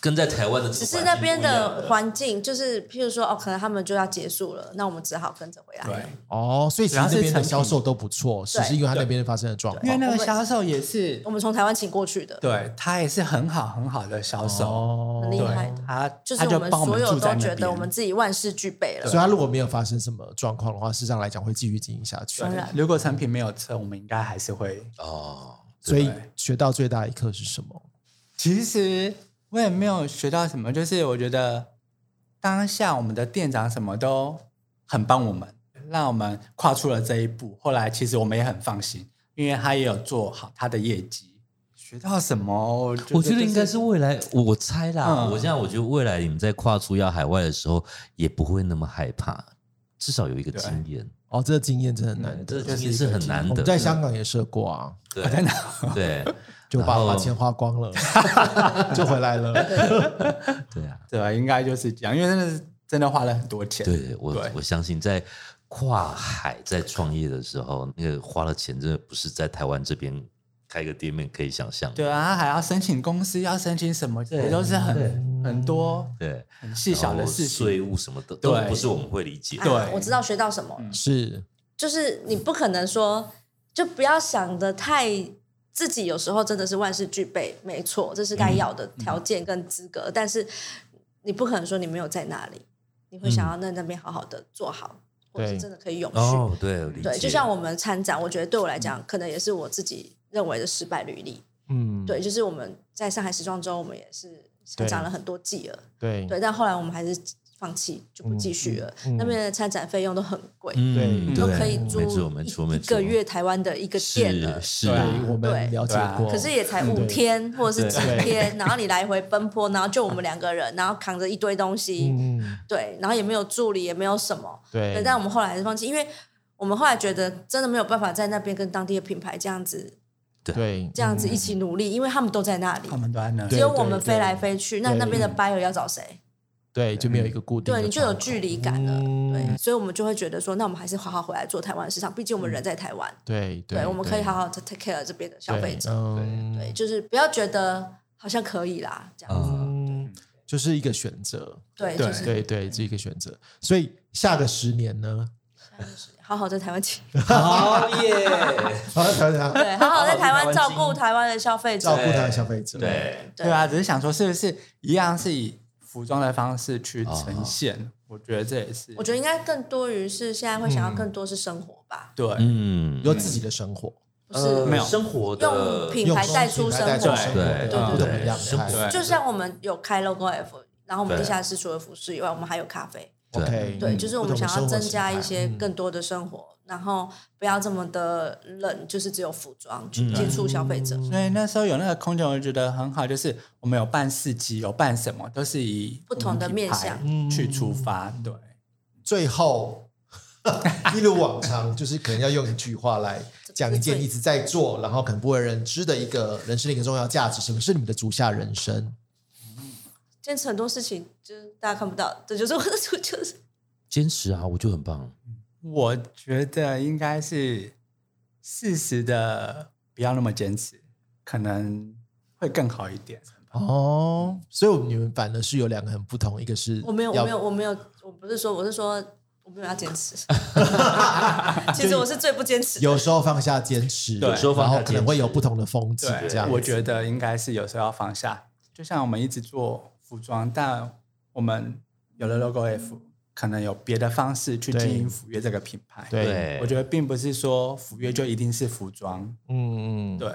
Speaker 1: 跟在台湾的只
Speaker 4: 只是那边的环境，就是譬如说哦，可能他们就要结束了，那我们只好跟着回来。
Speaker 2: 对，
Speaker 3: 哦，所以其实
Speaker 2: 主要是
Speaker 3: 那边的
Speaker 2: 成品
Speaker 3: 销售都不错，只是因为他那边发生的状
Speaker 2: 因为
Speaker 3: 况。
Speaker 2: 那个销售也是
Speaker 4: 我，们从台湾请过去的，
Speaker 2: 对他也是很好很好的销售，
Speaker 3: 哦
Speaker 4: 很厉
Speaker 2: 对
Speaker 4: 害的
Speaker 2: 他
Speaker 4: 就是
Speaker 2: 他
Speaker 4: 我
Speaker 2: 就
Speaker 4: 们
Speaker 2: 帮
Speaker 4: 所有
Speaker 2: 住在
Speaker 4: 都
Speaker 2: 那
Speaker 4: 觉
Speaker 2: 边
Speaker 4: 得我们自己万事俱备
Speaker 3: 所以
Speaker 4: 了。
Speaker 3: 他如果没有发生什么状况的话，事实上来讲会继续经营下去
Speaker 2: 对。
Speaker 4: 当然
Speaker 2: 如果成品没有撤，我们应该还是会。
Speaker 1: 哦，
Speaker 3: 所以
Speaker 2: 对
Speaker 3: 学到最大一课是什么？
Speaker 2: 其实我也没有学到什么，就是我觉得当下我们的店长什么都很帮我们，让我们跨出了这一步。后来其实我们也很放心，因为他也有做好他的业绩。学到什么？我觉得,、
Speaker 1: 我觉得应该是未来，我我猜啦，我
Speaker 2: 嗯
Speaker 1: 现在我觉得未来你们在跨出要海外的时候，也不会那么害怕，至少有一个
Speaker 2: 对
Speaker 1: 经验，
Speaker 3: 哦，这个经验真的很难
Speaker 1: 嗯这
Speaker 3: 得。
Speaker 1: 个经验是很难
Speaker 3: 我
Speaker 1: 得
Speaker 3: 们在香港也设过啊，
Speaker 1: 对
Speaker 2: 真的。
Speaker 1: 对
Speaker 3: 就
Speaker 1: 然
Speaker 3: 把
Speaker 1: 后
Speaker 3: 把钱花光了， <laughs> 就回来了。
Speaker 1: 对啊，
Speaker 2: 对，应该就是这样，因为真的是真的花了很多钱。
Speaker 1: 对我
Speaker 2: 对
Speaker 1: 我相信在跨海在创业的时候，那个花了钱真的不是在台湾这边开个店面可以想象的，
Speaker 2: 对啊，他还要申请公司，要申请什么，也都是很很多
Speaker 1: 对，
Speaker 2: 很细小的事情。
Speaker 1: 税务什么的都
Speaker 2: 对
Speaker 1: 不是我们会理解的，
Speaker 2: 对嗯
Speaker 4: 啊我知道学到什么
Speaker 3: <laughs>
Speaker 4: 了，
Speaker 3: 是，
Speaker 4: 就是你不可能说，就不要想的太自己，有时候真的是万事俱备，没错，这是
Speaker 2: 嗯
Speaker 4: 该要的条件跟资格，但是你不可能说你没有在那里，你会
Speaker 2: 嗯
Speaker 4: 想要在那边好好的做好，或者
Speaker 3: 对
Speaker 4: 是真的可以永续。
Speaker 1: 哦，对，理解，嗯
Speaker 4: 对，就像我们参展，我觉得对我来讲，可能也是我自己认为的失败履历。
Speaker 3: 嗯，
Speaker 4: 对，就是我们在上海时装周，我们也是参展了很多季了，
Speaker 3: 对
Speaker 4: 对，但后来我们还是放弃，就不继续了。
Speaker 3: 嗯嗯
Speaker 4: 那边的参展费用都很贵，
Speaker 1: 嗯，
Speaker 3: 对
Speaker 4: 都
Speaker 1: 对，
Speaker 4: 可以租
Speaker 1: 没错，没错，
Speaker 4: 一
Speaker 1: 没
Speaker 4: 一
Speaker 1: 错，
Speaker 4: 个月台湾的一个店了
Speaker 1: 是。嗯是
Speaker 2: 对
Speaker 1: 啊，
Speaker 3: 我
Speaker 4: 对
Speaker 3: 们了解
Speaker 2: 对啊
Speaker 3: 过。
Speaker 4: 可是也才五天或者是几天，然后你来回奔波，然后就我们两个人，然后扛着一堆东西，
Speaker 3: 嗯，
Speaker 4: 对，然后也没有助理，也没有什么，对。
Speaker 3: 对，
Speaker 4: 但我们后来还是放弃，因为我们后来觉得真的没有办法在那边跟当地的品牌这样子
Speaker 3: 对
Speaker 4: 这样子一起努力，因为他们都在那里
Speaker 2: 他，们都在那
Speaker 4: 只
Speaker 3: 嗯对
Speaker 4: 有我们飞来飞去，那
Speaker 3: 对
Speaker 4: 那边的 buyer 要找谁？
Speaker 3: 对，就没有一个固定的
Speaker 4: 对
Speaker 3: 状况，
Speaker 4: 你就有距离感了，
Speaker 3: 嗯
Speaker 4: 对，所以我们就会觉得说，那我们还是好好回来做台湾市场，毕竟我们人在台湾，
Speaker 3: 对
Speaker 4: 对，我们可以好好的 take care 这边的消费者，
Speaker 3: 嗯，
Speaker 4: 对，就是不要觉得好像可以啦，这样子，
Speaker 1: 啊，
Speaker 3: 嗯，就是一个选择，
Speaker 4: 对，
Speaker 2: 对
Speaker 4: 就是
Speaker 3: 对对，是一个选择。所以下个十年 <laughs> 呢，
Speaker 4: 好好在台湾起，
Speaker 1: 好耶，
Speaker 3: 好好想想
Speaker 4: 对，好
Speaker 1: 好
Speaker 4: 好在台
Speaker 1: 好在台湾
Speaker 4: 湾
Speaker 1: 经
Speaker 4: 照顾台湾的消费
Speaker 3: 照顾
Speaker 4: 者，
Speaker 3: 他的消费者，
Speaker 1: 对，哦
Speaker 2: 对啊，只是想说是不是一样是以服装的方式去呈现，我觉得这也是，
Speaker 4: 我觉得应该更多于是现在会想要更多是生活吧，
Speaker 2: 对，
Speaker 1: 嗯，呃
Speaker 3: 有自己的生活，
Speaker 4: 不是
Speaker 2: 没有
Speaker 1: 生活
Speaker 4: 用
Speaker 1: 的
Speaker 4: 品牌
Speaker 3: 用
Speaker 4: 带出
Speaker 3: 品
Speaker 4: 生
Speaker 3: 牌带
Speaker 4: 活
Speaker 3: 出。生活
Speaker 1: 对
Speaker 3: 的
Speaker 4: 对
Speaker 3: 不
Speaker 4: 对
Speaker 3: 同
Speaker 1: 对
Speaker 3: 样
Speaker 1: 生活
Speaker 3: 态。
Speaker 4: 就像我们有开 logo F，然后我们
Speaker 1: 对
Speaker 4: 地下室除了服饰以外，我们还有咖啡。
Speaker 1: 对
Speaker 3: OK，
Speaker 4: 对，
Speaker 3: 嗯
Speaker 4: 就是我
Speaker 3: 不
Speaker 4: 们
Speaker 3: 同的
Speaker 4: 想要
Speaker 3: 生活
Speaker 4: 增
Speaker 3: 形
Speaker 4: 加一
Speaker 3: 态
Speaker 4: 些更多的生活，然后不要这么的冷，就是只有服装
Speaker 3: 嗯
Speaker 4: 去接触消费者。
Speaker 2: 所以那时候有那个空间，我就觉得很好，就是我们有办市集，有办什么，都是以
Speaker 4: 不同的面向
Speaker 2: 我
Speaker 1: 嗯
Speaker 2: 们品牌去出发。对，
Speaker 3: 最后， <laughs> 一如往常，就是可能要用一句话来讲一件一直在做，然后可能不为人知的一个人生的一个重要价值。什么是你们的足下人生？
Speaker 4: 坚持很多事情就是大家看不到，这就是我的主，就是
Speaker 1: 坚持啊，我就很棒。
Speaker 2: 我觉得应该是适时的，不要那么坚持，可能会更好一点。
Speaker 3: 哦，所以你们反而是有两个很不同，一个是
Speaker 4: <laughs> 我没有，我
Speaker 3: 要
Speaker 4: 没有，我没有，我不是说，我是说我没有要坚
Speaker 3: <laughs>
Speaker 4: 持。 <laughs> 其实我是最不坚持的。
Speaker 3: 有时候放下坚持，
Speaker 2: 对有时
Speaker 1: 候放下
Speaker 3: 然后可能会有不同的风景，这
Speaker 2: 对，
Speaker 3: 样
Speaker 2: 我觉得应该是有时候要放下。就像我们一直做服装，但我们有了 logo F，可能有别的方式去
Speaker 3: 对
Speaker 2: 经营福约这个品牌。
Speaker 3: 对
Speaker 2: 我觉得并不是说服约就一定是服装。
Speaker 3: 嗯嗯，
Speaker 2: 对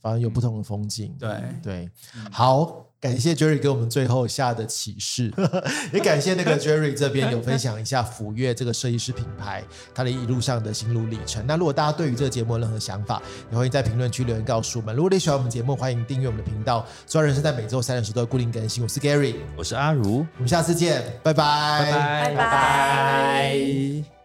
Speaker 3: 反正有不同的风景，
Speaker 2: 对，
Speaker 3: 对，好。感谢 Jerry 给我们最后下的启示，也感谢那个 Jerry 这边有分享一下福悦这个设计师品牌它的一路上的心路历程。那如果大家对于这个节目有任何想法，也欢迎在评论区留言告诉我们。如果你喜欢我们节目，欢迎订阅我们的频道。主要人生在每周三的时候都会固定更新。我是 Gary，
Speaker 1: 我是阿如，
Speaker 3: 我们下次见，拜拜
Speaker 4: 拜拜。
Speaker 2: 拜。